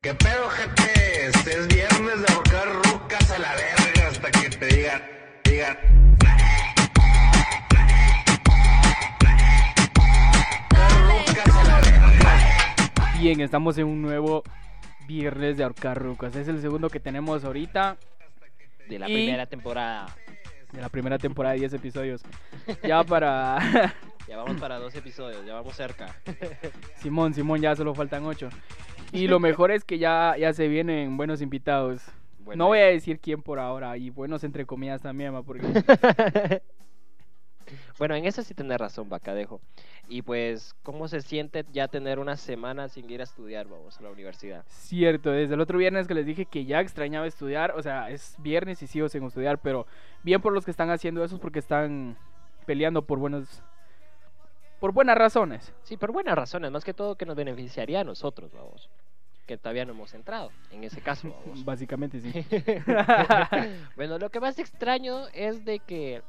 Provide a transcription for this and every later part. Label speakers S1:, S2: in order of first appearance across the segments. S1: ¿Qué pedo, gente? Este es viernes de ahorcar rucas a la verga hasta que te digan, digan. Rucas a la verga.
S2: Bien, estamos en un nuevo viernes de ahorcar rucas. Es el segundo que tenemos ahorita
S3: de la
S2: Y-
S3: primera temporada.
S2: de la primera temporada de 10 episodios. Ya para
S3: Ya vamos para dos episodios, ya vamos cerca.
S2: Simón, Simón, ya solo faltan 8. Y lo mejor es que ya, ya se vienen buenos invitados.
S3: Bueno, eh.
S2: no voy a decir quién por ahora y buenos entre comillas también, ma, porque
S3: bueno, en eso sí tenés razón, Bacadejo. Y pues, ¿cómo se siente ya tener una semana sin ir a estudiar, vamos, a la universidad?
S2: Cierto, desde el otro viernes que les dije que ya extrañaba estudiar, o sea, es viernes y sigo sin estudiar, pero bien por los que están haciendo eso es porque están peleando por buenos por buenas razones.
S3: Sí, por buenas razones, más que todo que nos beneficiaría a nosotros, vamos. Que todavía no hemos entrado, en ese caso, vamos.
S2: Básicamente sí.
S3: bueno, lo que más extraño es de que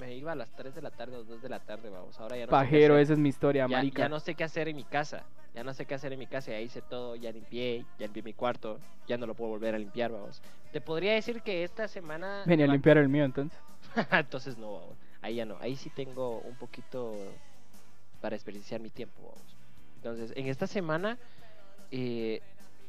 S3: me iba a las 3 de la tarde o 2 de la tarde, vamos. Ahora ya no sé qué
S2: Pajero,
S3: hacer.
S2: esa es mi historia,
S3: ya,
S2: marica.
S3: ya no sé qué hacer en mi casa. Ya no sé qué hacer en mi casa. Ya hice todo, ya limpié, ya limpié mi cuarto. Ya no lo puedo volver a limpiar, vamos. Te podría decir que esta semana.
S2: Vení a
S3: me va-
S2: limpiar el mío entonces.
S3: Entonces no, vamos. Ahí ya no. Ahí sí tengo un poquito para desperdiciar mi tiempo, vamos. Entonces, en esta semana eh,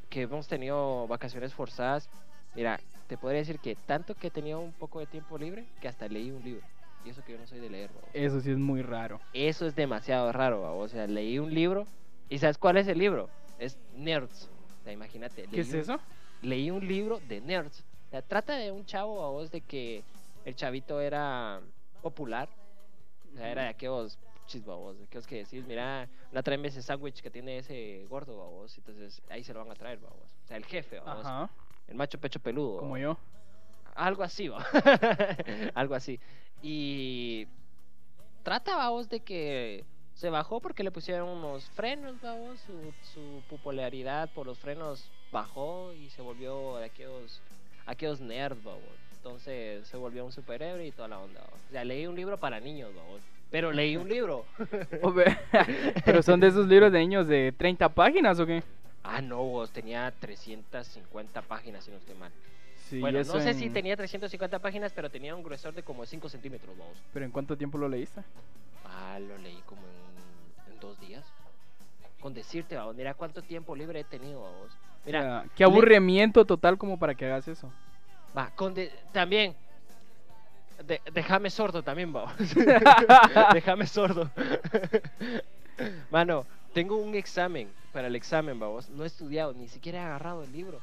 S3: que hemos tenido vacaciones forzadas, mira, te podría decir que tanto que he tenido un poco de tiempo libre que hasta leí un libro. Y eso que yo no soy de leer, vamos.
S2: Eso sí es muy raro.
S3: Eso es demasiado raro, babo. o sea, leí un libro. ¿Y sabes cuál es el libro? Es Nerds. O sea, imagínate.
S2: ¿Qué
S3: leí
S2: es
S3: un-
S2: eso?
S3: Leí un libro de Nerds. O sea, trata de un chavo, a vos, de que el chavito era popular. O sea, era de aquellos chisbabos, de aquellos que decís, mira, no tráeme ese sándwich que tiene ese gordo, babos. Entonces ahí se lo van a traer, babos. O sea, el jefe, babos.
S2: Ajá,
S3: El macho pecho peludo.
S2: como
S3: babos.
S2: yo.
S3: Algo así, va. Algo así. Y trata, vamos, de que se bajó porque le pusieron unos frenos, vamos. Su, su popularidad por los frenos bajó y se volvió de aquellos, aquellos nerds, vamos. Entonces se volvió un superhéroe y toda la onda, babos. O sea, leí un libro para niños, vamos. Pero leí un libro.
S2: Ope- Pero son de esos libros de niños de 30 páginas o qué?
S3: Ah, no, vos, tenía 350 páginas, si no estoy mal.
S2: Sí,
S3: bueno,
S2: eso
S3: no sé
S2: en-
S3: si tenía 350 páginas, pero tenía un gruesor de como 5 centímetros, vamos.
S2: Pero ¿en cuánto tiempo lo leíste?
S3: Ah, lo leí como en, en dos días. Con decirte, vamos, mira cuánto tiempo libre he tenido, vamos. Mira,
S2: O sea, qué
S3: le-
S2: aburrimiento total como para que hagas eso.
S3: va, con de- también. De- déjame sordo también, vamos. déjame sordo. Mano, tengo un examen para el examen, vamos. No he estudiado, ni siquiera he agarrado el libro.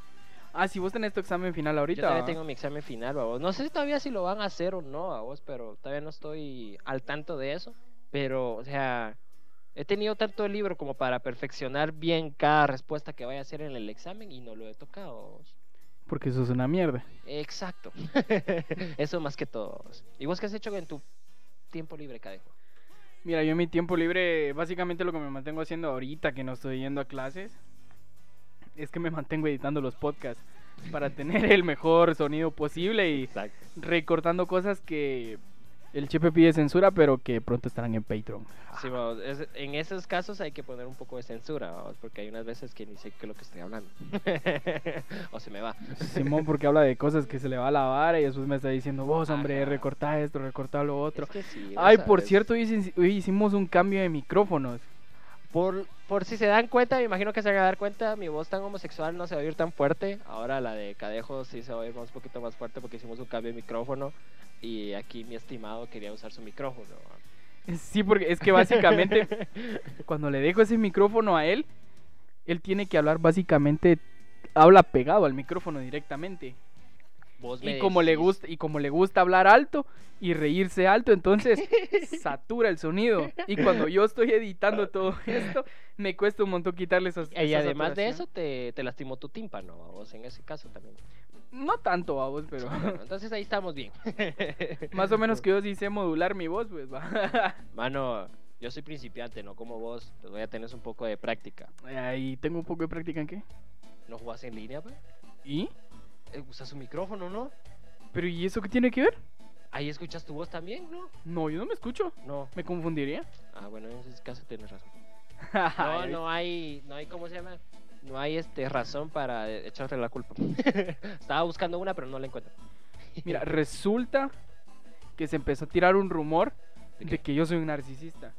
S2: Ah, si vos tenés tu examen final ahorita.
S3: Yo todavía
S2: ¿va?
S3: tengo mi examen final, babos. No sé todavía si lo van a hacer o no, babos, pero todavía no estoy al tanto de eso. Pero, o sea, he tenido tanto el libro como para perfeccionar bien cada respuesta que vaya a hacer en el examen y no lo he tocado. babos.
S2: Porque eso es una mierda.
S3: Exacto. eso más que todo. babos. ¿Y vos qué has hecho en tu tiempo libre, Cadejo?
S2: Mira, yo en mi tiempo libre, básicamente lo que me mantengo haciendo ahorita que no estoy yendo a clases, es que me mantengo editando los podcasts para tener el mejor sonido posible y
S3: Exacto.
S2: recortando cosas que el chepe pide censura, pero que pronto estarán en Patreon.
S3: Sí, babos, es- en esos casos hay que poner un poco de censura, babos, porque hay unas veces que ni sé qué es lo que estoy hablando. o se me va.
S2: Simón, porque habla de cosas que se le va a la vara y después me está diciendo, vos, hombre,
S3: Ajá.
S2: recortá esto, recortá lo otro.
S3: Es que sí,
S2: Ay,
S3: vos
S2: por
S3: sabes.
S2: cierto, hoy hici- hoy hicimos un cambio de micrófonos.
S3: Por, por si se dan cuenta, me imagino que se van a dar cuenta, mi voz tan homosexual no se va a oír tan fuerte. Ahora la de Cadejo sí se va a oír más- un poquito más fuerte porque hicimos un cambio de micrófono y aquí mi estimado quería usar su micrófono.
S2: Sí, porque es que básicamente cuando le dejo ese micrófono a él, él tiene que hablar básicamente habla pegado al micrófono directamente.
S3: Vos me
S2: Y como le
S3: decís,
S2: gusta y como le gusta hablar alto y reírse alto, entonces satura el sonido. Y cuando yo estoy editando todo esto, me cuesta un montón quitarle esas
S3: Y
S2: esa
S3: además de eso
S2: saturación.
S3: te, te lastimó tu tímpano, vos en ese caso también.
S2: no tanto a vos, pero
S3: Bueno, entonces ahí estamos bien.
S2: más o menos que yo sí sé modular mi voz, pues va.
S3: Mano, yo soy principiante, no como vos, te voy a tener un poco de práctica.
S2: Ahí tengo un poco de práctica en qué.
S3: ¿No jugás en línea, pues?
S2: ¿Y?
S3: Eh, Usas su micrófono, ¿no?
S2: ¿Pero y eso qué tiene que ver?
S3: Ahí escuchas tu voz también, ¿no?
S2: No, yo no me escucho.
S3: No.
S2: Me confundiría.
S3: Ah, bueno, en ese caso tienes razón.
S2: Ay,
S3: No, no hay, no hay, ¿cómo se llama? No hay este razón para eh, echarle la culpa. Estaba buscando una, pero no la encuentro.
S2: Mira, resulta que se empezó a tirar un rumor
S3: ¿De
S2: de que yo soy un narcisista.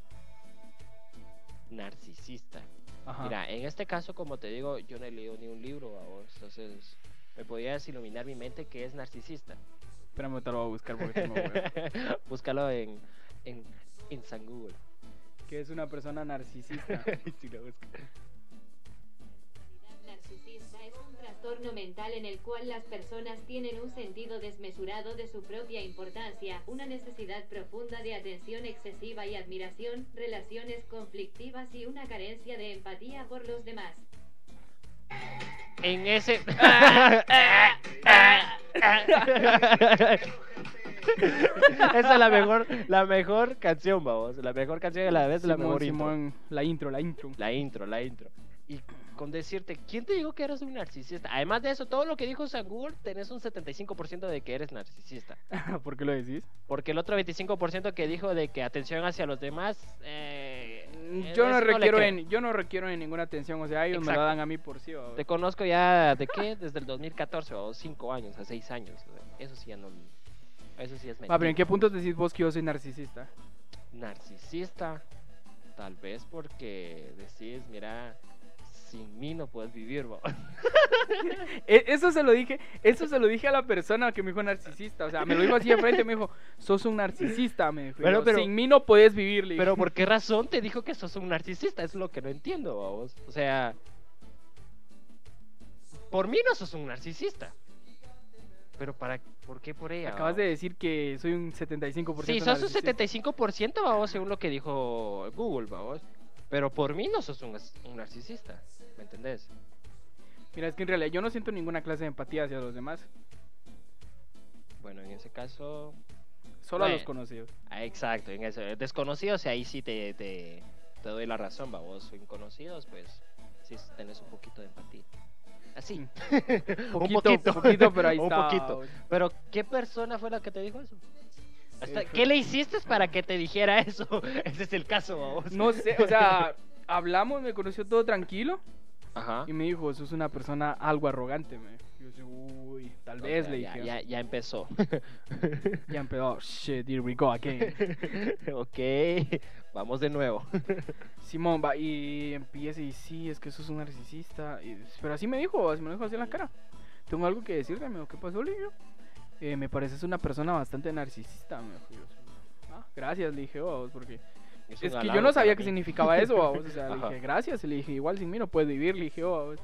S3: Narcisista.
S2: Ajá.
S3: Mira, en este caso, como te digo, yo no he leído ni un libro, babos, entonces me podías iluminar mi mente que es narcisista.
S2: Espérame, te lo voy a buscar porque tengo hueva.
S3: Búscalo en, en, en San Google.
S2: Que es una persona narcisista.
S4: personalidad narcisista es un trastorno mental en el cual las personas tienen un sentido desmesurado de su propia importancia, una necesidad profunda de atención excesiva y admiración, relaciones conflictivas y una carencia de empatía por los demás.
S3: En ese. Esa es la mejor, la mejor canción, vamos. La mejor canción de la vez, la
S2: Simón,
S3: mejor intro.
S2: Simón, la intro, la intro.
S3: La intro, la intro. Y con decirte, ¿quién te dijo que eras un narcisista? Además de eso, todo lo que dijo San Google, tenés un 75% de que eres narcisista.
S2: Ah, ¿Por qué lo decís?
S3: Porque el otro 25% que dijo de que atención hacia los demás. eh, eh,
S2: Yo no,
S3: eso le
S2: requiero
S3: creo.
S2: en, yo no requiero de ninguna atención, o sea, ellos me
S3: Exacto.
S2: lo dan a mí por sí. babos.
S3: Te conozco ya de qué? Desde el 2014 o 5 años, a 6 años. Eso sí ya no. Eso sí es mentira.
S2: Ah, pero ¿en qué punto decís vos que yo soy narcisista?
S3: Narcisista. Tal vez porque decís, mira, sin mí no puedes vivir, bo".
S2: E- Eso se lo dije, eso se lo dije a la persona que me dijo narcisista, o sea, me lo dijo así de frente, me dijo, sos un narcisista, me dijo, y
S3: Bueno,
S2: yo,
S3: pero-
S2: sin mí no podés vivir, le dije.
S3: Pero ¿por qué razón te dijo que sos un narcisista? Es lo que no entiendo, vos. O sea, por mí no sos un narcisista. Pero para ¿por qué por ella?
S2: acabas
S3: babos?
S2: de decir que soy un 75%.
S3: Sí, sos un
S2: narcisista.
S3: 75%, vamos, según lo que dijo Google, vamos. Pero por mí no sos un, un narcisista, ¿me entendés?
S2: Mira, es que en realidad yo no siento ninguna clase de empatía hacia los demás,
S3: Bueno, en ese caso...
S2: solo a los
S3: Bueno.
S2: conocidos.
S3: Ah, exacto, en eso. Desconocidos, ahí sí te, te, te doy la razón, vos. En conocidos, pues, sí tenés un poquito de empatía. Así. Mm. un poquito,
S2: poquito, pero ahí
S3: un
S2: está.
S3: poquito.
S2: babos.
S3: Pero, ¿qué persona fue la que te dijo eso? Hasta-
S2: Eh,
S3: ¿Qué le hiciste para que te dijera eso? Ese es el caso, vamos.
S2: No sé, o sea, hablamos, me conoció todo tranquilo
S3: Ajá.
S2: y me dijo, sos una persona algo arrogante, me. dijo. Yo dije, uy, tal
S3: O
S2: vez
S3: sea,
S2: le
S3: ya-
S2: dije.
S3: ya, ya empezó.
S2: Ya empezó, "Oh, shit, here we go again.
S3: ok, vamos de nuevo.
S2: Simón va y empieza y sí, es que sos un narcisista. y- pero así me dijo, así me lo dijo así en la cara. Tengo algo que decirte, me dijo, ¿qué pasó, Livio? Eh, me pareces una persona bastante narcisista, me dijo. Yo, "Ah, gracias, le dije, vos, porque
S3: Es,
S2: es
S3: un
S2: que yo
S3: halago
S2: no sabía
S3: para
S2: qué
S3: mí.
S2: significaba eso, vos. O sea, le
S3: Ajá.
S2: dije, gracias, y le dije, igual sin mí no puedes vivir, le dije, vos.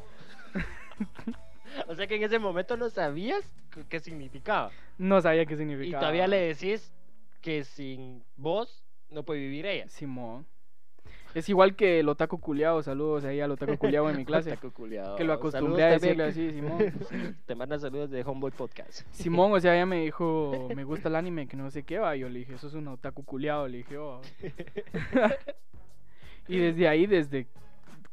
S3: O sea que en ese momento no sabías qué- qué significaba.
S2: No sabía qué
S3: Y
S2: significaba.
S3: todavía le decís que sin vos no puede vivir ella.
S2: Simón. Es igual que el otaco culiao, saludos ahí al otaco culiao en mi clase.
S3: Taco culiao.
S2: Que lo
S3: Saludos
S2: acostumbré a
S3: también.
S2: decirle así, Simón.
S3: Te mandan saludos de Homeboy Podcast.
S2: Simón, o sea, ella me dijo, me gusta el anime, que no sé qué va. Yo le dije, eso es un otaku culiado, le dije, "Oh". y desde ahí, desde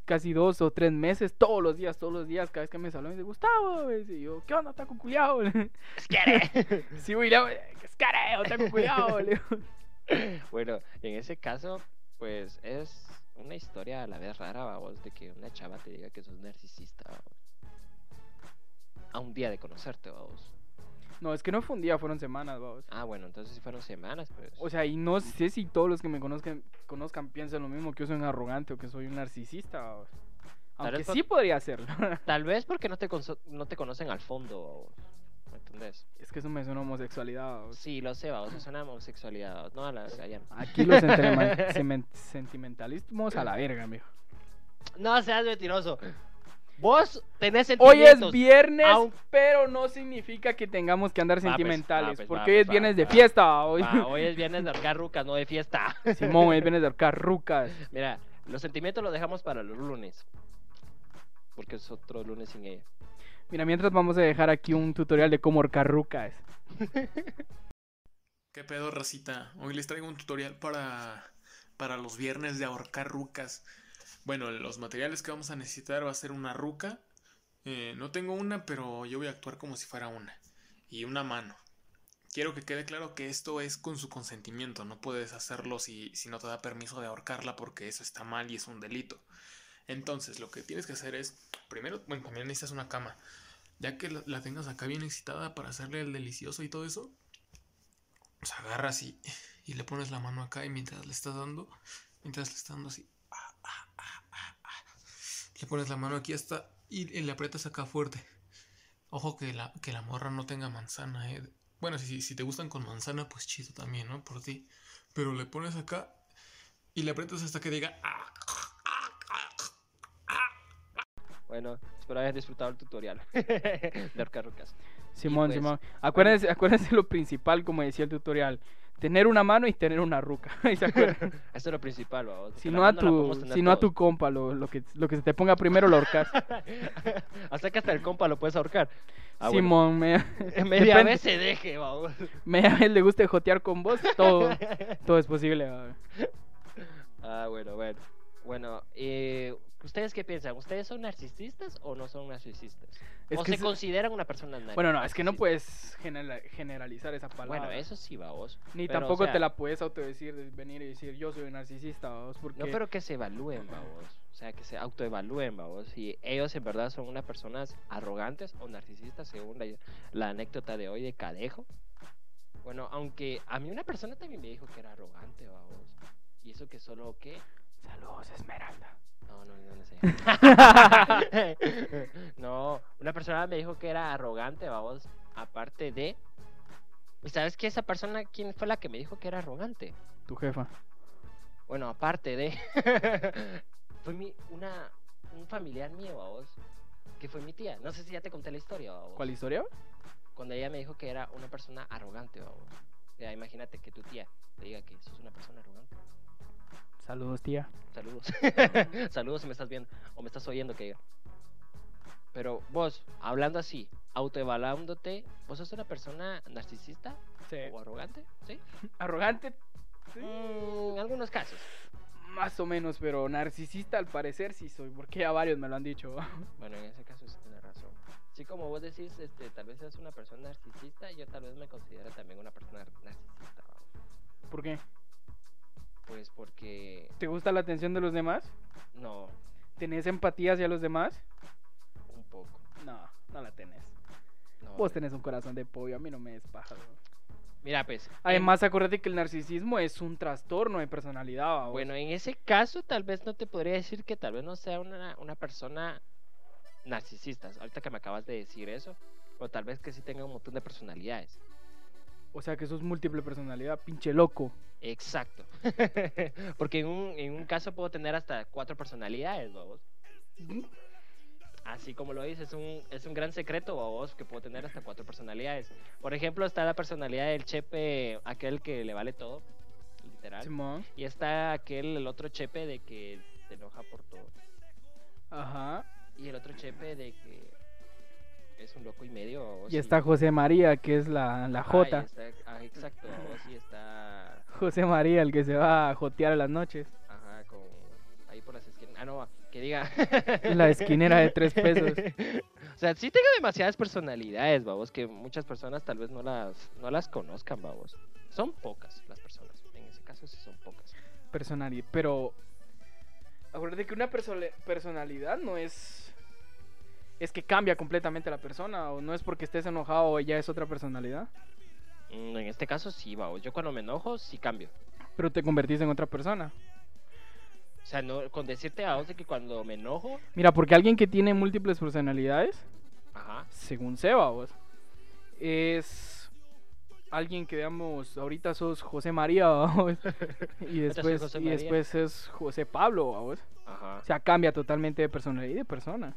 S2: casi dos o tres meses, todos los días, todos los días, cada vez que me saludan, me dice, Gustavo, me dice, yo, ¿qué onda, otaku culiado?
S3: ¡Esquiare!
S2: sí, güey, le hago, "¿Qué es cara, eh, otaku culiado? le digo.
S3: Bueno, en ese caso, pues es una historia a la vez rara, babos, de que una chava te diga que sos narcisista, babos. A un día de conocerte, babos.
S2: No, es que no fue un día, fueron semanas, vamos.
S3: Ah, bueno, entonces sí fueron semanas, pues.
S2: O sea, y no sé si todos los que me conozcan, conozcan piensan lo mismo, que yo soy un arrogante o que soy un narcisista, babos.
S3: Tal
S2: Aunque
S3: vez por-
S2: sí podría serlo.
S3: Tal vez porque no te, conso- no te conocen al fondo, babos. ¿Me entendés?
S2: es que eso me suena a homosexualidad, babos.
S3: Sí, lo sé, babos, es una homosexualidad, babos. No, a la verga, ya no.
S2: Aquí los entrema- semen- sentimentalismos a la verga, mijo.
S3: No seas mentiroso. Vos tenés
S2: Hoy es
S3: sentimientos.
S2: viernes,
S3: aun-
S2: pero no significa que tengamos que andar
S3: pues,
S2: sentimentales.
S3: va, pues,
S2: porque hoy
S3: va, pues,
S2: es
S3: va,
S2: viernes de
S3: va.
S2: fiesta. Hoy...
S3: Va, hoy es viernes de ahorcar rucas, no de fiesta.
S2: Simón, hoy es viernes de arcar rucas.
S3: Mira, los sentimientos los dejamos para los lunes. Porque es otro lunes sin ella.
S2: Mira, mientras vamos a dejar aquí un tutorial de cómo arcar rucas.
S5: ¿Qué pedo, racita? Hoy les traigo un tutorial para, para los viernes de ahorcar rucas. Bueno, los materiales que vamos a necesitar va a ser una ruca. Eh, no tengo una, pero yo voy a actuar como si fuera una. Y una mano. Quiero que quede claro que esto es con su consentimiento. No puedes hacerlo si, si no te da permiso de ahorcarla porque eso está mal y es un delito. Entonces, lo que tienes que hacer es, primero, bueno, también necesitas una cama. Ya que la, la tengas acá bien excitada para hacerle el delicioso y todo eso, pues agarras y, y le pones la mano acá y mientras le estás dando, mientras le estás dando así, ah, ah, ah, ah, ah, le pones la mano aquí hasta y, y le aprietas acá fuerte. Ojo que la, que la morra no tenga manzana, eh. Bueno, si, si te gustan con manzana, pues chido también, ¿no? Por ti. Pero le pones acá y le aprietas hasta que diga. "Ah".
S3: Bueno, espero hayas disfrutado el tutorial de Orcarrucas.
S2: Simón,
S3: pues,
S2: Simón. Acuérdense, acuérdense lo principal, como decía el tutorial. Tener una mano y tener una ruca. Ahí se acuerdan.
S3: Eso es lo principal, babos, porque
S2: si
S3: la
S2: no a
S3: mano la
S2: tu,
S3: podemos tener
S2: si no a tu
S3: todos.
S2: compa, lo, lo que, lo que se te ponga primero lo ahorcas.
S3: Hasta que hasta el compa lo puedes ahorcar. Ah, bueno.
S2: Simón,
S3: Eh,
S2: me-
S3: Media
S2: depende-
S3: vez se deje, vamos.
S2: media vez le guste jotear con vos, todo, todo es posible. va.
S3: Ah, bueno, bueno. Bueno, eh, ¿ustedes qué piensan? ¿Ustedes son narcisistas o no son narcisistas?
S2: Es
S3: ¿O
S2: que
S3: se
S2: es-
S3: consideran una persona narcisista?
S2: Bueno, no, es que no puedes genera- generalizar esa palabra.
S3: Bueno, eso sí, vamos.
S2: Ni
S3: pero, o
S2: tampoco
S3: sea,
S2: te la puedes autodecir, de venir y decir yo soy un narcisista, vamos, porque...
S3: No, pero que se evalúen, vamos. O sea, que se autoevalúen, vamos. Si ellos en verdad son unas personas arrogantes o narcisistas, según la, la anécdota de hoy de Cadejo. Bueno, aunque a mí una persona también me dijo que era arrogante, vamos. Y eso que solo que...
S2: Saludos, Esmeralda.
S3: No, no, no, no sé. no, una persona me dijo que era arrogante, vamos. Aparte de... ¿Y sabes qué? Esa persona, ¿quién fue la que me dijo que era arrogante?
S2: Tu jefa.
S3: Bueno, aparte de. fue mi, una, un familiar mío, vos. Que fue mi tía. No sé si ya te conté la historia, vos.
S2: ¿Cuál historia?
S3: Cuando ella me dijo que era una persona arrogante, vos. Ya, imagínate que tu tía te diga que sos una persona arrogante.
S2: Saludos, tía.
S3: Saludos. Saludos si me estás viendo o me estás oyendo que diga. Pero vos, hablando así, autoevaluándote, ¿vos sos una persona narcisista
S2: Sí.
S3: o arrogante? ¿Sí?
S2: Arrogante,
S3: Mm, en algunos casos.
S2: más o menos, pero narcisista al parecer sí soy, porque ya varios me lo han dicho.
S3: Bueno, en ese caso sí tienes razón. Sí, como vos decís, este, tal vez seas una persona narcisista, yo tal vez me considero también una persona nar- narcisista. ¿va?
S2: ¿Por qué?
S3: Pues porque
S2: ¿Te gusta la atención de los demás?
S3: no,
S2: ¿Tenés empatía hacia los demás?
S3: un poco.
S2: No, no la tenés.
S3: No,
S2: Vos
S3: eh.
S2: tenés un corazón de pollo, a mí no me des paja, weón.
S3: Mira, pues. en-
S2: Además, acuérdate que el narcisismo es un trastorno de personalidad, babos.
S3: bueno, en ese caso tal vez no te podría decir que tal vez no sea una, una persona narcisista. Ahorita que me acabas de decir eso, o tal vez que sí tenga un montón de personalidades.
S2: O sea que eso es múltiple personalidad, pinche loco.
S3: Exacto. Porque en un, en un caso puedo tener hasta cuatro personalidades, babos. Así como lo dices, es un, es un gran secreto, babos, que puedo tener hasta cuatro personalidades. Por ejemplo, está la personalidad del chepe, aquel que le vale todo, literal.
S2: Simón.
S3: Y está aquel, el otro chepe de que se enoja por todo.
S2: Ajá.
S3: Y el otro chepe de que es un loco y medio, babos,
S2: Y está José María, que es la, la
S3: Pues Ah,
S2: Jota.
S3: y está- ah, exacto, babos, y está...
S2: José María, el que se va a jotear a las noches.
S3: Ajá, con... Ahí por las esquinas. Ah, no, que diga.
S2: La esquinera de tres pesos.
S3: O sea, sí tengo demasiadas personalidades, babos, que muchas personas tal vez no las, no las conozcan, babos. Son pocas las personas. En ese caso sí son pocas.
S2: Personalidad. Pero. Acuérdate que una persole- personalidad no es. Es que cambia completamente la persona, o no es porque estés enojado o ya es otra personalidad,
S3: Mm, En este caso sí, babos. Yo cuando me enojo sí cambio.
S2: pero te convertís en otra persona.
S3: O sea, no, con decirte a vos de que cuando me enojo,
S2: Mira, porque alguien que tiene múltiples personalidades
S3: ajá,
S2: según Seba, vos, es alguien que digamos, ahorita sos José María, vos, y
S3: Ahorita soy
S2: después,
S3: José
S2: y
S3: María.
S2: después es José Pablo, vos.
S3: ajá.
S2: O sea, cambia totalmente de personalidad y de persona.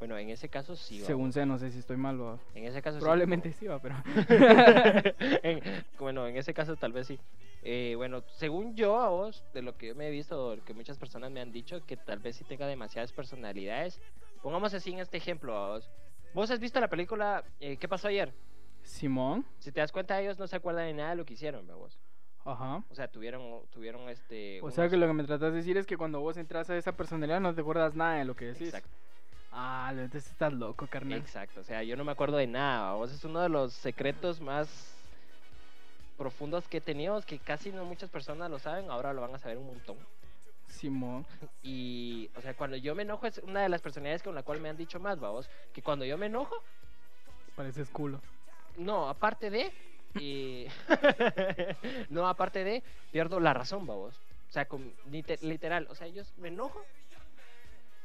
S3: Bueno, en ese caso sí, babos.
S2: según sé, no sé si estoy mal, babos.
S3: En ese caso sí.
S2: Probablemente sí, va, pero.
S3: En- bueno, en ese caso tal vez sí. Eh, bueno, según yo a vos, de lo que yo me he visto, de lo que muchas personas me han dicho, que tal vez sí tenga demasiadas personalidades. Pongamos así en este ejemplo a vos. Vos has visto la película eh, ¿Qué pasó ayer?
S2: Simón,
S3: Si te das cuenta, ellos no se acuerdan de nada de lo que hicieron, vos.
S2: ajá.
S3: O sea, tuvieron, tuvieron este...
S2: O sea
S3: unos-
S2: que lo que me tratas de decir es que cuando vos entras a esa personalidad no te acuerdas nada de lo que decís.
S3: Exacto,
S2: Ah, entonces estás loco, carnal.
S3: exacto. O sea, yo no me acuerdo de nada, vos. Es uno de los secretos más profundos que he tenido, que casi no muchas personas lo saben, ahora lo van a saber un montón.
S2: Simón.
S3: Y, o sea, cuando yo me enojo es una de las personalidades con la cual me han dicho más, babos. Que cuando yo me enojo,
S2: Pareces culo.
S3: no, aparte de. eh, no, aparte de, pierdo la razón, babos. O sea, con- lite- literal. O sea, yo me enojo.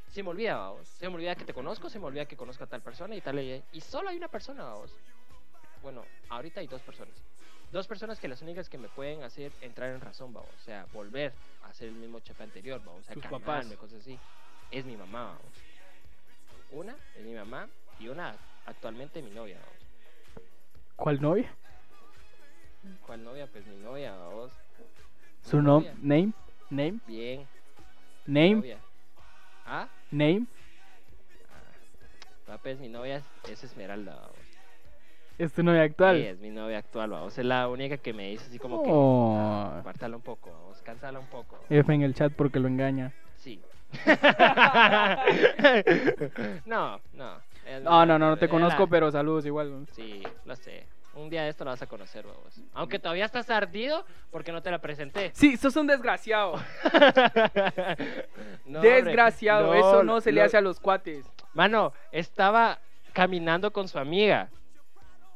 S3: Se me olvida, babos. Se me olvida que te conozco, se me olvida que conozco a tal persona y tal. Y, y solo hay una persona, babos. Bueno, ahorita hay dos personas. Dos personas que las únicas que me pueden hacer entrar en razón, babos. O sea, volver a hacer el mismo chepe anterior, babos. O sea,
S2: Tus
S3: calmarme,
S2: papás.
S3: cosas así. Es mi mamá, babos. Una es mi mamá y una actualmente mi novia, babos.
S2: ¿Cuál novia?
S3: ¿Cuál novia? Pues mi novia, vos.
S2: Su
S3: Mi
S2: nombre.
S3: novia.
S2: Name. Name.
S3: Bien, mi
S2: Name.
S3: novia. Ah,
S2: Name.
S3: ah, pues mi novia es Esmeralda, vamos.
S2: Es tu novia actual.
S3: Sí, es mi novia actual, vamos. Es la única que me dice así como que.
S2: Oh.
S3: Pártala un poco, vamos. Cánsala un poco.
S2: F en el chat porque lo engaña.
S3: Sí. no, no. es
S2: No, no,
S3: mi-
S2: no, no te
S3: es
S2: conozco,
S3: la-
S2: pero saludos igual.
S3: Sí, lo sé. Un día de esto la vas a conocer, vamos. Aunque todavía estás ardido porque no te la presenté.
S2: Sí, sos un desgraciado.
S3: No, hombre,
S2: desgraciado. Eso no se le
S3: lo-
S2: hace a los cuates.
S3: Mano, estaba caminando con su amiga.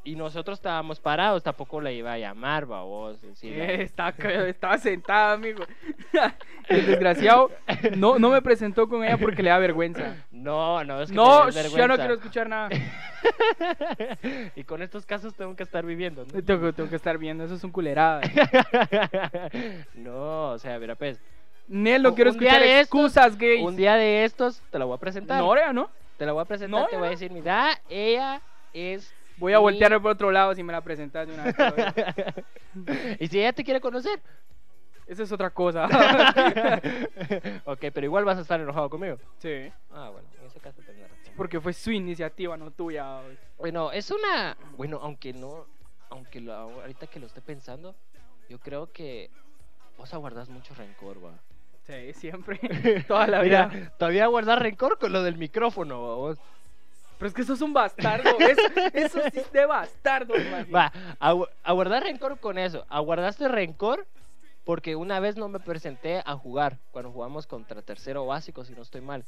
S3: Y nosotros estábamos parados, tampoco la iba a llamar, babos. sí, la-
S2: Eh, Está, ca- está sentada, amigo. El desgraciado no, no me presentó con ella porque le da vergüenza.
S3: No, no, es que
S2: No,
S3: me da
S2: sh- yo no
S3: vergüenza.
S2: quiero escuchar nada.
S3: y con estos casos tengo que estar viviendo, ¿no?
S2: Tengo, tengo que estar viendo, eso es un culerada.
S3: no, o sea, mira, pues,
S2: Nel, no
S3: Un-
S2: quiero
S3: un día
S2: escuchar
S3: de estos,
S2: excusas gays.
S3: un día de estos te la voy a presentar.
S2: No, ahora no.
S3: Te la voy a presentar,
S2: No,
S3: te
S2: ya.
S3: voy a decir, mira, ella es...
S2: Voy a
S3: mi-
S2: voltear por otro lado si me la presentas de una vez. pero-
S3: y si ella te quiere conocer,
S2: Esa es otra cosa.
S3: ok, pero igual vas a estar enojado conmigo.
S2: sí.
S3: Ah, bueno, en ese caso tenés razón.
S2: Porque fue su iniciativa, no tuya. güey.
S3: Bueno, es una. Bueno, aunque no. Aunque lo, ahorita que lo esté pensando, yo creo que vos aguardás mucho rencor, va.
S2: Sí, siempre. Toda la vida.
S3: Mira, todavía guardás rencor con lo del micrófono, va, vos.
S2: Pero es que sos un bastardo. es- eso sí es de bastardo, man.
S3: Va, agu- aguardás rencor con eso. Aguardaste rencor porque una vez no me presenté a jugar cuando jugamos contra tercero básico, si no estoy mal.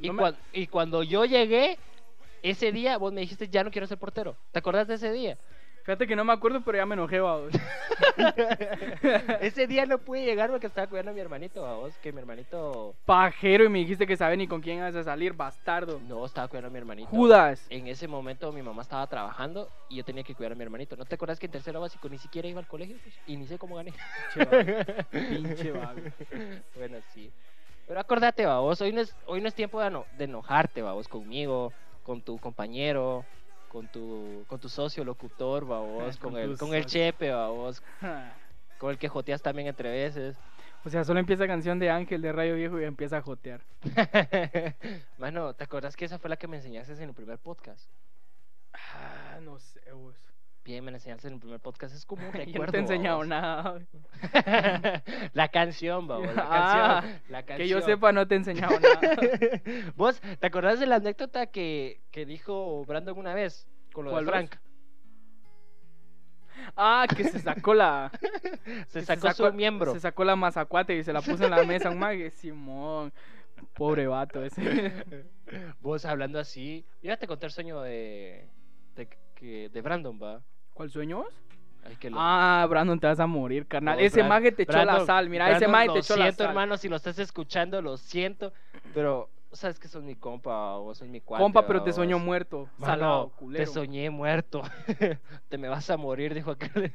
S3: Y,
S2: No me-
S3: cuan- y cuando yo llegué, ese día vos me dijiste, ya no quiero ser portero. ¿Te acordás de ese día?
S2: Fíjate que no me acuerdo, pero ya me enojé, babos.
S3: Ese día no pude llegar porque estaba cuidando a mi hermanito, a vos, que mi hermanito...
S2: Pajero y me dijiste que sabes ni con quién vas a salir, bastardo.
S3: No, estaba cuidando a mi hermanito.
S2: Judas.
S3: En ese momento mi mamá estaba trabajando y yo tenía que cuidar a mi hermanito. ¿No te acuerdas que en tercero básico ni siquiera iba al colegio? Pues, y ni sé cómo gané.
S2: Pinche vago, Pinche vago.
S3: bueno, sí. Pero acordate, va, vos, hoy no es, hoy no es tiempo de, ano- de enojarte, va, vos, conmigo, con tu compañero, con tu, con tu socio locutor, va, vos, con,
S2: Ah, Con
S3: el,
S2: tu
S3: con el
S2: socio.
S3: chepe, va, vos, con el que joteas también entre veces.
S2: O sea, solo empieza canción de Ángel de Rayo Viejo y empieza a jotear.
S3: Mano, ¿te acuerdas que esa fue la que me enseñaste en el primer podcast?
S2: Ah, no sé, vos.
S3: Bien, me la enseñaste en el primer podcast. Es como un
S2: Yo
S3: recuerdo.
S2: no te he enseñado
S3: babos.
S2: nada. güey.
S3: la canción, babos. La
S2: Ah,
S3: canción. la
S2: Que yo
S3: canción.
S2: sepa, no te he enseñado nada.
S3: ¿Vos te acordás de la anécdota que, que dijo Brandon una vez con lo de
S2: ¿Cuál vez?
S3: Frank?
S2: Ah, que se sacó la.
S3: Se
S2: que
S3: sacó su miembro.
S2: Se sacó la mazacuate y se la puso en la mesa un mague. Simón. Pobre vato ese.
S3: Vos hablando así. Yo ya te conté el sueño de, de, que- de Brandon, va.
S2: ¿Cuál sueño vos?
S3: Ay, que lo-
S2: Ah, Brandon, te vas a morir, carnal.
S3: No,
S2: ese
S3: Bran-
S2: mague te echó la
S3: Brandon,
S2: sal. Mira, ese
S3: Brandon,
S2: mague te
S3: lo
S2: echó la
S3: siento,
S2: sal.
S3: hermano, si lo estás escuchando, lo siento. Pero, sabes que sos mi compa, vos sos mi cuate.
S2: Compa, pero te
S3: babos.
S2: sueño muerto.
S3: Mano,
S2: Salado,
S3: te
S2: culero.
S3: soñé muerto. te me vas a morir, dijo aquel.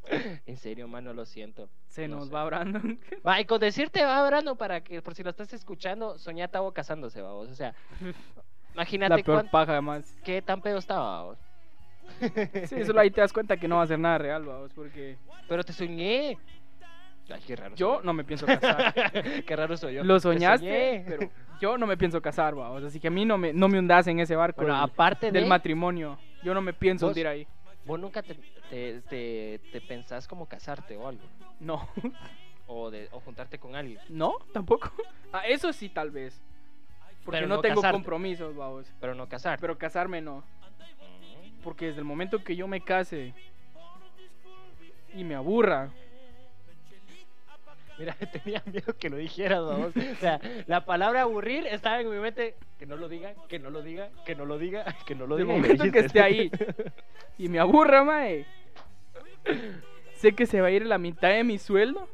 S3: en serio, mano, lo siento.
S2: Se
S3: no
S2: nos
S3: sé.
S2: va Brandon.
S3: Va, y con decirte va, Brano, para que, por si lo estás escuchando, soñé a Tavo casándose, babos. O sea,
S2: la
S3: imagínate
S2: peor
S3: cuán-
S2: paja, además.
S3: qué tan pedo estaba, babos.
S2: Sí, solo ahí te das cuenta que no va a ser nada real, vamos, porque
S3: Pero te soñé. Ay, qué raro.
S2: yo no me pienso casar.
S3: qué raro soy yo.
S2: Lo
S3: Te
S2: soñaste,
S3: soñé.
S2: pero yo no me pienso casar, vamos. Así que a mí no me, no me hundas en ese barco
S3: Bueno,
S2: del-
S3: aparte
S2: del
S3: de-
S2: matrimonio. Yo no me pienso
S3: ¿Vos?
S2: hundir ahí.
S3: Vos nunca te, te, te, te pensás como casarte o algo.
S2: No,
S3: O, de, o juntarte con alguien.
S2: no, tampoco. Ah, eso sí, tal vez. Porque
S3: Pero
S2: no,
S3: no
S2: tengo
S3: casarte.
S2: compromisos, vamos.
S3: Pero no casarte.
S2: Pero casarme no.
S3: Mm.
S2: Porque desde el momento que yo me case y me aburra,
S3: Mira, tenía miedo que lo dijeras, vamos. O sea, la palabra aburrir estaba en mi mente. Que no lo diga, que no lo diga, que no lo diga, que no lo
S2: De
S3: diga. y lo
S2: momento que
S3: dijiste.
S2: esté ahí y me aburra, mae. Sé que se va a ir la mitad de mi sueldo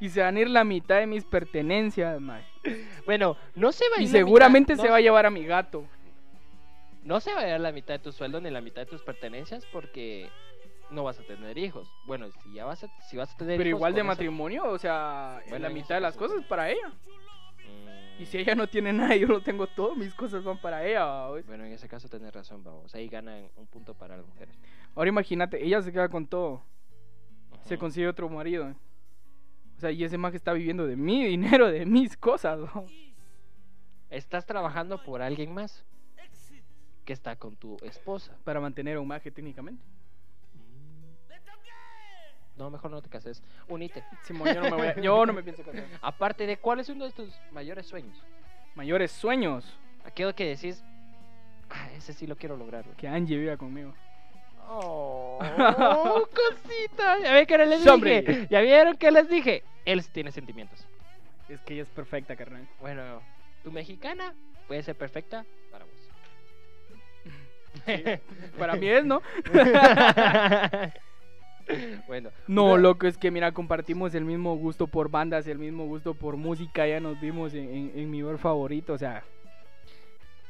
S2: y se van a ir la mitad de mis pertenencias, mae.
S3: Bueno, no se va a
S2: Y
S3: ir la mitad,
S2: seguramente
S3: no
S2: se va a llevar a mi gato.
S3: No se va a dar la mitad de tu sueldo ni la mitad de tus pertenencias porque no vas a tener hijos. Bueno, si ya vas a, si vas a tener
S2: Pero
S3: hijos
S2: igual de
S3: con eso-
S2: matrimonio, o sea,
S3: Bueno,
S2: la
S3: en
S2: mitad de
S3: ese
S2: las
S3: caso,
S2: cosas para ella.
S3: Mm,
S2: Y si ella no tiene nada, yo lo tengo todo, mis cosas van para ella. ¿va?
S3: Bueno, en ese caso tenés razón, vamos. Ahí ganan un punto para las mujeres.
S2: Ahora imagínate, ella se queda con todo, se
S3: Ujú.
S2: consigue otro marido. O sea, y ese man que está viviendo de mi dinero, de mis cosas. ¿va?
S3: Estás trabajando por alguien más que está con tu esposa.
S2: Para mantener a un maje técnicamente.
S3: No, mejor no te cases. Unite.
S2: Simón, yo no me voy a- yo no me pienso casar.
S3: Aparte de cuál es uno de tus mayores sueños.
S2: Mayores sueños
S3: Aquello que decís, "Ah, ese sí lo quiero lograr. güey".
S2: que Angie viva conmigo.
S3: Oh, cosita. Ya ven que no les
S2: Hombre.
S3: dije. Ya vieron que les dije. Él sí tiene sentimientos.
S2: Es que ella es perfecta, carnal.
S3: Bueno, tu mexicana puede ser perfecta para vos.
S2: Para mí es, ¿no?
S3: bueno.
S2: No,
S3: una-
S2: loco, es que mira, compartimos el mismo gusto por bandas, el mismo gusto por música, ya nos vimos en, en- en mi bar favorito, o sea.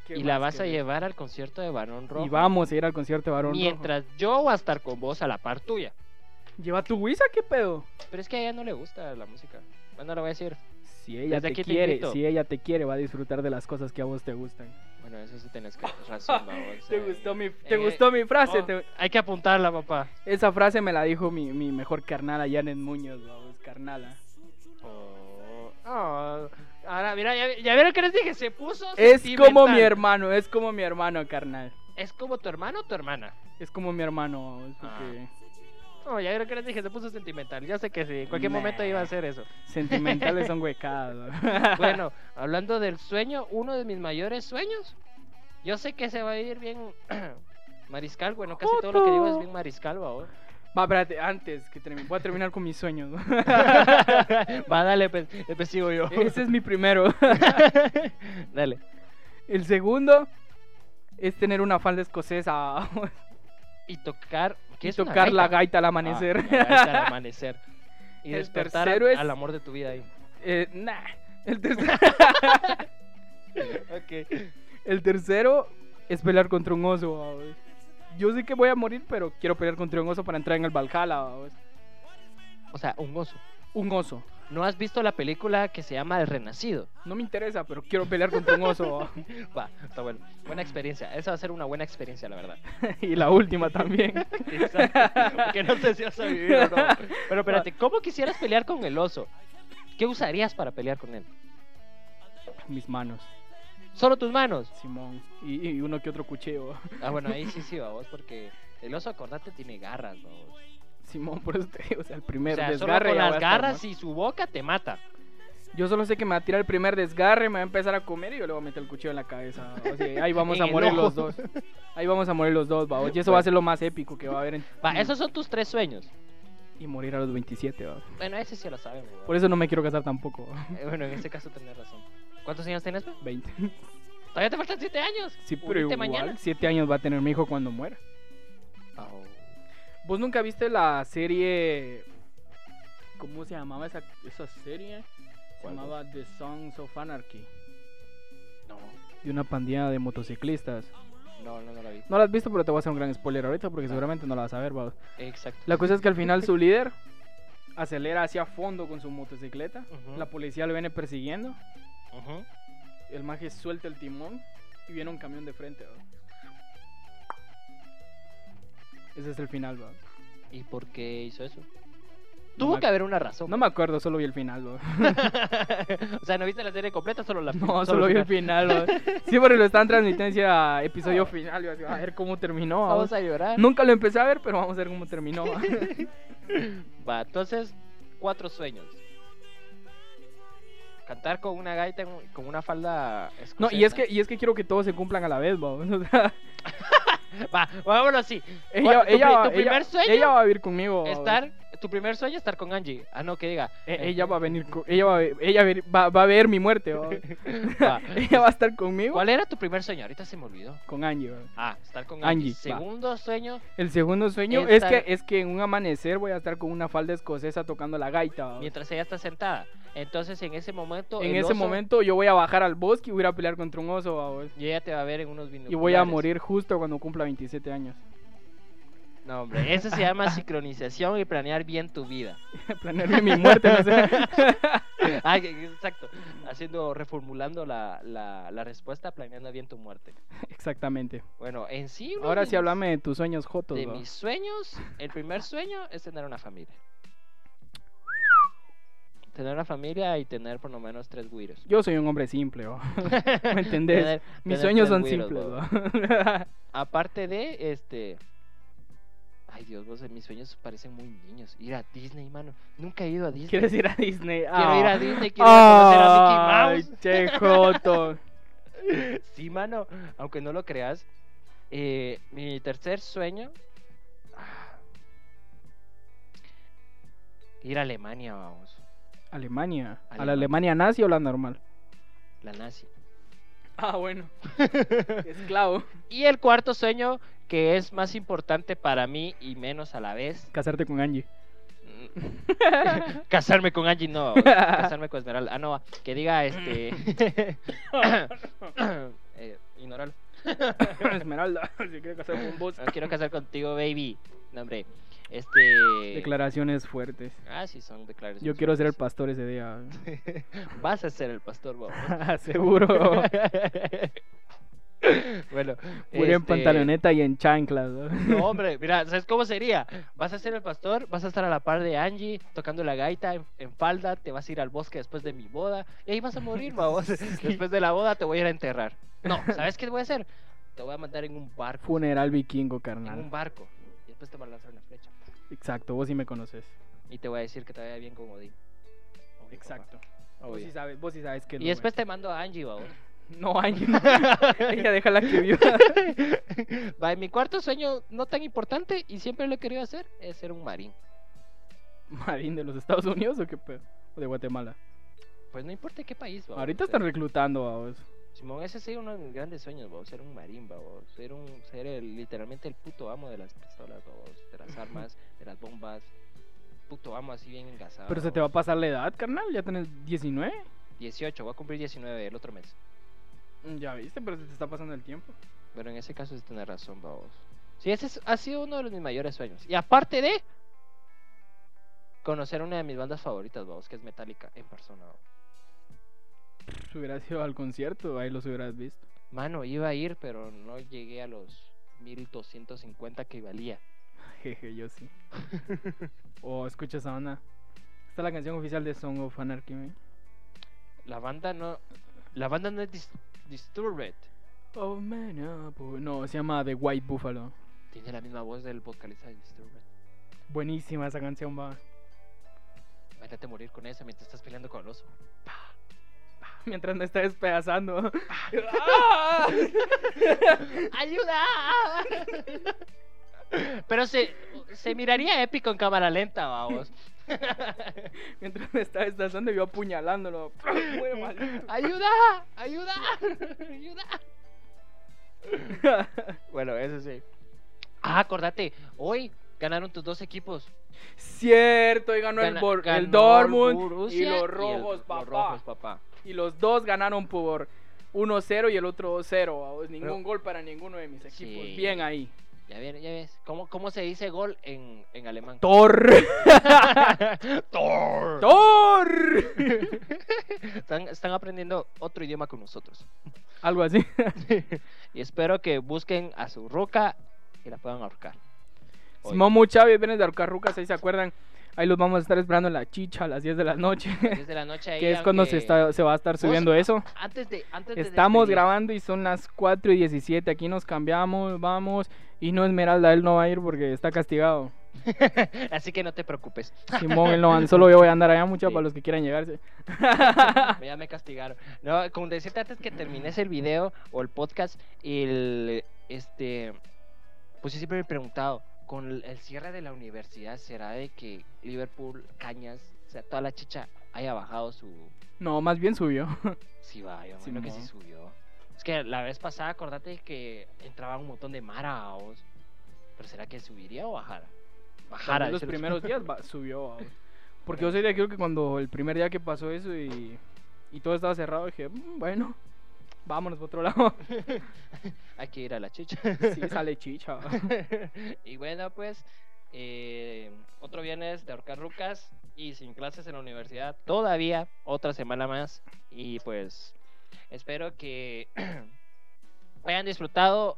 S2: ¿qué
S3: Y la
S2: más
S3: vas a
S2: querés?
S3: llevar al concierto de Barón Rojo.
S2: Y vamos a ir al concierto de Barón Rojo.
S3: Mientras yo voy a estar con vos a la par tuya.
S2: ¿Lleva tu guisa? ¿Qué pedo?
S3: Pero es que a ella no le gusta la música. Bueno, lo voy a decir.
S2: Si ella
S3: Desde
S2: te
S3: aquí te
S2: quiere,
S3: invito.
S2: si ella te quiere, va a disfrutar de las cosas que a vos te gustan.
S3: Bueno, eso sí tenés que razón, babos,
S2: ¿Te
S3: eh.
S2: gustó mi, te
S3: eh,
S2: gustó mi frase?
S3: oh,
S2: Te-
S3: Hay que apuntarla, papá.
S2: Esa frase me la dijo mi, mi mejor carnala, Janet Muñoz, vamos, carnala.
S3: Oh, oh. Ahora, mira, ya, ya vieron que les dije, se puso.
S2: Es como
S3: sentimental.
S2: mi hermano, es como mi hermano, carnal.
S3: Es como tu hermano o tu hermana.
S2: Es como mi hermano, vamos, porque
S3: Ah. No, ya vieron que les dije, se puso sentimental. Ya sé que sí, en cualquier momento iba a hacer eso.
S2: sentimentales son huecadas. ¿no?
S3: Bueno, hablando del sueño, uno de mis mayores sueños. Yo sé que se va a ir bien mariscal, bueno, casi todo lo que digo es bien mariscal, va.
S2: Va, espérate, antes que termine, voy a terminar con mis sueños. ¿no?
S3: va, dale, pues, después sigo yo.
S2: Ese es mi primero.
S3: dale.
S2: El segundo es tener una falda escocesa
S3: Y tocar, ¿qué
S2: y
S3: es una
S2: tocar la
S3: gaita?
S2: gaita al
S3: Ah,
S2: amanecer.
S3: la gaita al amanecer. Y
S2: El
S3: despertar
S2: tercero es-
S3: al amor de tu vida ahí.
S2: Eh, nah. El tercero,
S3: Ok.
S2: el tercero es pelear contra un oso. babos. Yo sé que voy a morir, pero quiero pelear contra un oso para entrar en el Valhalla. babos.
S3: O sea, un oso.
S2: Un oso.
S3: ¿No has visto la película que se llama El Renacido?
S2: No me interesa, pero quiero pelear contra un oso. babos.
S3: Va, está bueno. Buena experiencia. Esa va a ser una buena experiencia, la verdad.
S2: y la última también.
S3: Exacto, Porque no sé si vas a vivir o no. Pero espérate, ¿cómo quisieras pelear con el oso? ¿Qué usarías para pelear con él?
S2: Mis manos,
S3: Solo tus manos.
S2: Simón. Y, y uno que otro cuchillo.
S3: Ah, bueno, ahí sí, sí, vamos, porque el oso, acordate, tiene garras, vamos.
S2: Simón, por eso te digo, o sea, el
S3: O
S2: primer
S3: sea, solo
S2: desgarre.
S3: con
S2: ya voy a
S3: las
S2: estar
S3: garras y su boca te mata.
S2: muerto. Yo solo sé que me va a tirar el primer desgarre, me va a empezar a comer y yo le voy a meter el cuchillo en la cabeza. babos. Y ahí vamos
S3: En
S2: a
S3: el
S2: morir
S3: ojo.
S2: los dos. Ahí vamos a morir los dos, babos. Y eso va a ser lo más épico que va a haber en.
S3: Va, esos son tus tres sueños.
S2: Y morir a los 27, babos.
S3: Bueno, ese sí lo sabemos. babos.
S2: Por eso no me quiero casar tampoco.
S3: Eh, Bueno, en este caso tenés razón. ¿Cuántos años tienes? pues?
S2: 20.
S3: Todavía te faltan siete años.
S2: Sí,
S3: Unite
S2: pero igual,
S3: mañana.
S2: 7 años va a tener mi hijo cuando muera.
S3: Oh.
S2: ¿Vos nunca viste la serie... ¿Cómo se llamaba esa, esa serie? Se
S3: ¿Cuál?
S2: llamaba The Songs of Anarchy.
S3: No,
S2: De una pandilla de motociclistas.
S3: no, no, no la vi.
S2: No la has visto, pero te voy a hacer un gran spoiler ahorita porque seguramente no la vas a ver, babos.
S3: Exacto.
S2: La cosa es que al final su líder acelera hacia fondo con su motocicleta.
S3: Ujú.
S2: La policía lo viene persiguiendo.
S3: Ujú.
S2: El maje suelta el timón y viene un camión de frente. ¿va? Ese es el final, ¿va?
S3: ¿Y por qué hizo eso?
S2: No
S3: Tuvo
S2: me
S3: que haber una razón.
S2: No me acuerdo, solo vi el final, ¿va?
S3: o sea, ¿no viste la serie completa? Solo la
S2: No, solo vi el final, Oh. ¿va? Sí, porque lo estaban transmitiendo hacia episodio final. yo así, a ver cómo terminó. ¿va?
S3: Vamos a llorar.
S2: Nunca lo empecé a ver, pero vamos a ver cómo terminó. ¿va?
S3: Va, entonces, cuatro sueños. Cantar con una gaita, en un- con una falda
S2: No,
S3: escocesa.
S2: y es que y es que quiero que todos se cumplan a la vez, ¿va? O sea,
S3: Va, vámonos así.
S2: ella,
S3: ¿Cuál- tu
S2: ella,
S3: pri-
S2: va-
S3: tu
S2: ella-
S3: primer sueño?
S2: ella va a vivir conmigo. ¿va?
S3: Estar... tu primer sueño es estar con Angie. Ah, no, que diga.
S2: E-
S3: eh,
S2: ella va a venir, co- ella va, a ve- ella ver- va, va a ver mi muerte. va.
S3: va.
S2: ella va a estar conmigo,
S3: ¿Cuál era tu primer sueño? Ahorita se me olvidó.
S2: con Angie. va.
S3: Ah, estar con Angie.
S2: Angie, va.
S3: Segundo sueño.
S2: El segundo sueño
S3: El
S2: es
S3: tar-
S2: que es que en un amanecer voy a estar con una falda escocesa tocando la gaita. va.
S3: mientras ella está sentada. Entonces en ese momento...
S2: En
S3: el
S2: ese
S3: oso-
S2: momento yo voy a bajar al bosque y voy a ir a pelear contra un oso va, vos.
S3: Y ella te va a ver en unos
S2: y voy a
S3: binoculares.
S2: morir justo cuando cumpla 27 años.
S3: No, hombre, eso se llama sincronización y planear bien tu vida.
S2: Planearme mi muerte, no sé.
S3: Ah, que- que- exacto. Haciendo, reformulando la, la, la respuesta, planeando bien tu muerte.
S2: Exactamente.
S3: Bueno, en sí... uno
S2: Ahora
S3: de
S2: sí
S3: mis-
S2: háblame de tus sueños jotos.
S3: De
S2: va.
S3: mis sueños, el primer sueño es tener una familia. Tener una familia y tener por lo menos tres güiros.
S2: Yo soy un hombre simple, va. ¿me entendés?
S3: Tener-
S2: Mis
S3: tener
S2: sueños
S3: tres
S2: son
S3: güiros,
S2: simples.
S3: babo.
S2: va.
S3: Aparte de este. Ay, Dios, vos, mis sueños parecen muy niños. Ir a Disney, mano. Nunca he ido a Disney.
S2: ¿Quieres ir a Disney?
S3: Quiero ir
S2: Ah.
S3: a Disney, quiero ir a
S2: Ay,
S3: conocer a Mickey
S2: Che joto.
S3: Mouse. Sí, mano, aunque no lo creas. eh, mi tercer sueño. ah, Ir a Alemania, vamos.
S2: Alemania. ¿A
S3: Alemania.
S2: la Alemania nazi o la normal?
S3: La nazi.
S2: Ah, bueno. Esclavo.
S3: Y el cuarto sueño, que es más importante para mí y menos a la vez.
S2: Casarte con Angie.
S3: Mm. casarme con Angie, no. Casarme con Esmeralda. Ah, no, va, que diga este. eh, ignoralo.
S2: Esmeralda, si quiere casarme con vos.
S3: No quiero casar contigo, baby. No, hombre. Este.
S2: Declaraciones fuertes.
S3: Ah, sí, son declaraciones.
S2: Yo quiero ser el
S3: fuertes.
S2: pastor ese día. Ah,
S3: Vas a ser el pastor, vos.
S2: Seguro.
S3: bueno.
S2: Voy en
S3: este,
S2: pantaloneta y en chanclas. ¿no?
S3: No, hombre, mira, ¿sabes cómo sería? Vas a ser el pastor, vas a estar a la par de Angie, tocando la gaita en, en falda, te vas a ir al bosque después de mi boda, y ahí vas a morir, vamos. Después de la boda te voy a ir a enterrar. No, ¿sabes qué voy a hacer? Te voy a mandar en un barco.
S2: Funeral vikingo,
S3: En un
S2: carnal.
S3: barco. Y después te voy a lanzar una flecha.
S2: Exacto, vos sí me conoces.
S3: Y te voy a decir que te vaya bien con Odín. Obvio,
S2: Exacto.
S3: papá,
S2: Vos
S3: obvio.
S2: sí sabes, vos sí sabes que
S3: Y después te mando a Angie, vamos.
S2: No, Angie. no. Ella deja la que vio.
S3: Va, y mi cuarto sueño, no tan importante, y siempre lo he querido hacer, es ser un marín.
S2: ¿Marín de los Estados Unidos o qué pedo? ¿O de Guatemala?
S3: Pues no importa qué país, vamos.
S2: Ahorita
S3: o sea,
S2: están reclutando a vos.
S3: Simón, ese sería uno de mis grandes sueños, babo, ser un marín, babo, ser un, ser el, literalmente el puto amo de las pistolas, babo, de las armas, de las bombas, puto amo así bien engasado.
S2: Pero se te va a
S3: babo.
S2: pasar la edad, carnal. Ya tenés 19.
S3: 18, voy a cumplir 19 el otro mes.
S2: Mm, Ya viste, pero se te está pasando el tiempo.
S3: Pero en ese caso es tener razón, babo. Sí, ese es- ha sido uno de los- mis mayores sueños. Y aparte de conocer una de mis bandas favoritas, babo, que es Metallica en persona. babo.
S2: Si hubieras ido al concierto, ahí los hubieras visto.
S3: Mano, iba a ir, pero no llegué a los 1250 que valía.
S2: Jeje, yo sí. oh, escucha esa onda. Esta es la canción oficial de Song of Anarchy. ¿me?
S3: La banda no. La banda no es dis- Disturbed.
S2: Oh, man, ah, bu- No, se llama The White Buffalo.
S3: Tiene la misma voz del vocalista de Disturbed.
S2: Buenísima esa canción, va.
S3: Imagínate morir con eso mientras estás peleando con el oso.
S2: Mientras me está despedazando.
S3: ¡Ayuda! Pero se, se miraría épico en cámara lenta, vamos.
S2: Mientras me está despedazando, yo apuñalándolo. Muy maldito.
S3: ¡Ayuda! ¡Ayuda! ¡Ayuda! Bueno, eso sí. Ah, acordate, hoy ganaron tus dos equipos.
S2: Cierto, y ganó
S3: Gana-
S2: el, Bor-
S3: ganó
S2: el Dortmund
S3: Borussia
S2: y los
S3: el-
S2: rojos, papá.
S3: Los rojos, papá.
S2: Y los dos ganaron por 1-0 y el otro 2-0. vamos. Ningún
S3: Pero-
S2: gol para ninguno de mis equipos.
S3: Sí.
S2: Bien ahí.
S3: Ya ves, ya ves. ¿Cómo, cómo se dice gol en, en alemán?
S2: Tor.
S3: Tor.
S2: Tor.
S3: Están, están aprendiendo otro idioma con nosotros.
S2: Algo así.
S3: y espero que busquen a su roca y la puedan ahorcar. Hoy.
S2: Simón Muchávez, Vienes de Arcarrucas, ahí se acuerdan. Ahí los vamos a estar esperando en la chicha a las 10 de la noche.
S3: Desde la noche ahí,
S2: que es cuando se,
S3: aunque-
S2: está, se va a estar subiendo eso.
S3: Antes de. Antes de
S2: Estamos
S3: despedir-
S2: grabando y son las 4 y 17. Aquí nos cambiamos, vamos. Y no Esmeralda, él no va a ir porque está castigado.
S3: Así que no te preocupes.
S2: Simón, él no va, solo yo voy a andar allá, mucha
S3: Sí.
S2: para los que quieran llegarse.
S3: ya me castigaron. No, como decirte antes que termines el video o el podcast, el este pues yo siempre me he preguntado, con el- el cierre de la universidad será de que Liverpool, Cañas, o sea, toda la chicha haya bajado su...
S2: No, más bien subió.
S3: Sí, va, yo
S2: Sí,
S3: creo que sí
S2: mo.
S3: subió. Es que la vez pasada, acordate que entraba un montón de mara, vos. Pero ¿será que subiría o bajara? Bajara.
S2: los
S3: dice el-
S2: primeros días ba- subió. vamos. Porque yo soy de aquello que cuando el primer día que pasó eso y, y todo estaba cerrado, dije, "Mm, bueno, vámonos por otro lado.
S3: Hay que ir a la chicha.
S2: sí, sale chicha.
S3: y bueno, pues eh, otro viernes de ahorcar rucas y sin clases en la universidad. Todavía otra semana más. Y pues espero que hayan disfrutado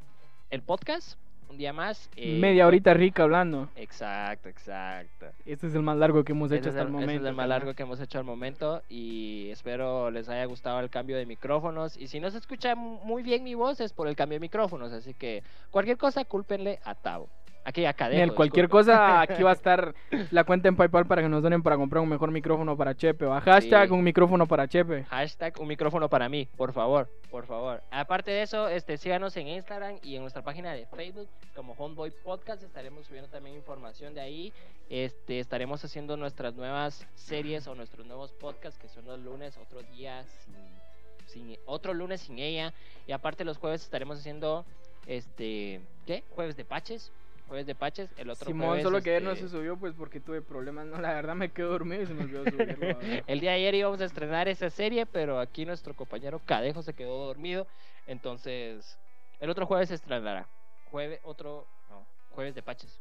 S3: el podcast un día más. eh,
S2: Media horita rica hablando.
S3: Exacto, exacto.
S2: Este es el más largo que hemos
S3: Ese
S2: hecho
S3: es,
S2: hasta
S3: el,
S2: el
S3: ese es
S2: momento.
S3: el más
S2: carnal.
S3: largo que hemos hecho al momento y espero les haya gustado el cambio de micrófonos y si no se escucha mu- muy bien mi voz es por el cambio de micrófonos, así que cualquier cosa cúlpenle a Tavo. Aquí acá
S2: Nel, cualquier cosa, aquí va a estar la cuenta en PayPal para que nos donen para comprar un mejor micrófono para Chepe. ¿va? Hashtag
S3: Sí.
S2: un micrófono para Chepe.
S3: Hashtag un micrófono para mí, por favor, por favor. Aparte de eso, este, síganos en Instagram y en nuestra página de Facebook como Homeboy Podcast. Estaremos subiendo también información de ahí. Este, estaremos haciendo nuestras nuevas series o nuestros nuevos podcasts que son los lunes, otro día sin, sin- otro lunes sin ella. Y aparte los jueves estaremos haciendo, este, ¿qué? Jueves de paches, jueves de paches. El otro
S2: Simón,
S3: jueves,
S2: solo que ayer no
S3: este,
S2: se subió pues porque tuve problemas. No, la verdad me quedé dormido y se me olvidó subirlo. la verdad.
S3: El día de ayer íbamos a estrenar esa serie, pero aquí nuestro compañero Cadejo se quedó dormido. Entonces, el otro jueves se estrenará. Jueves, otro, no, jueves de Paches.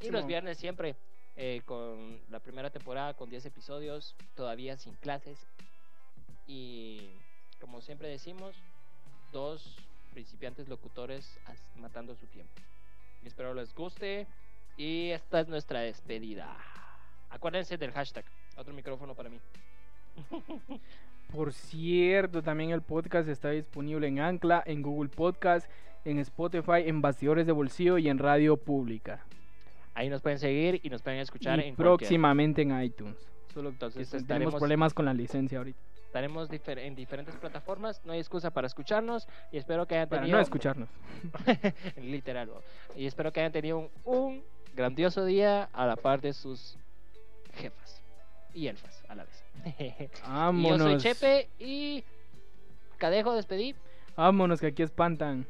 S3: Y los
S2: Simón.
S3: viernes siempre, eh, con la primera temporada, con 10 episodios, todavía sin clases. Y como siempre decimos, dos principiantes locutores as- matando su tiempo. Espero les guste. Y esta es nuestra despedida. Acuérdense del hashtag. Otro micrófono para mí.
S2: Por cierto, también el podcast está disponible en Ancla, en Google Podcast, en Spotify, en Bastidores de Bolsillo y en Radio Pública.
S3: Ahí nos pueden seguir y nos pueden escuchar
S2: Y
S3: en próxima.
S2: próximamente en iTunes. Solo que
S3: Entonces
S2: tenemos
S3: estaremos,
S2: problemas con la licencia ahorita.
S3: estaremos difer- en diferentes plataformas. No hay excusa para escucharnos y espero que hayan
S2: Para
S3: tenido
S2: no escucharnos.
S3: literal. ¿no? Y espero que hayan tenido un, un grandioso día a la par de sus jefas y elfas a la vez. Y yo
S2: Vámonos.
S3: soy Chepe y Cadejo despedí.
S2: Vámonos que aquí espantan.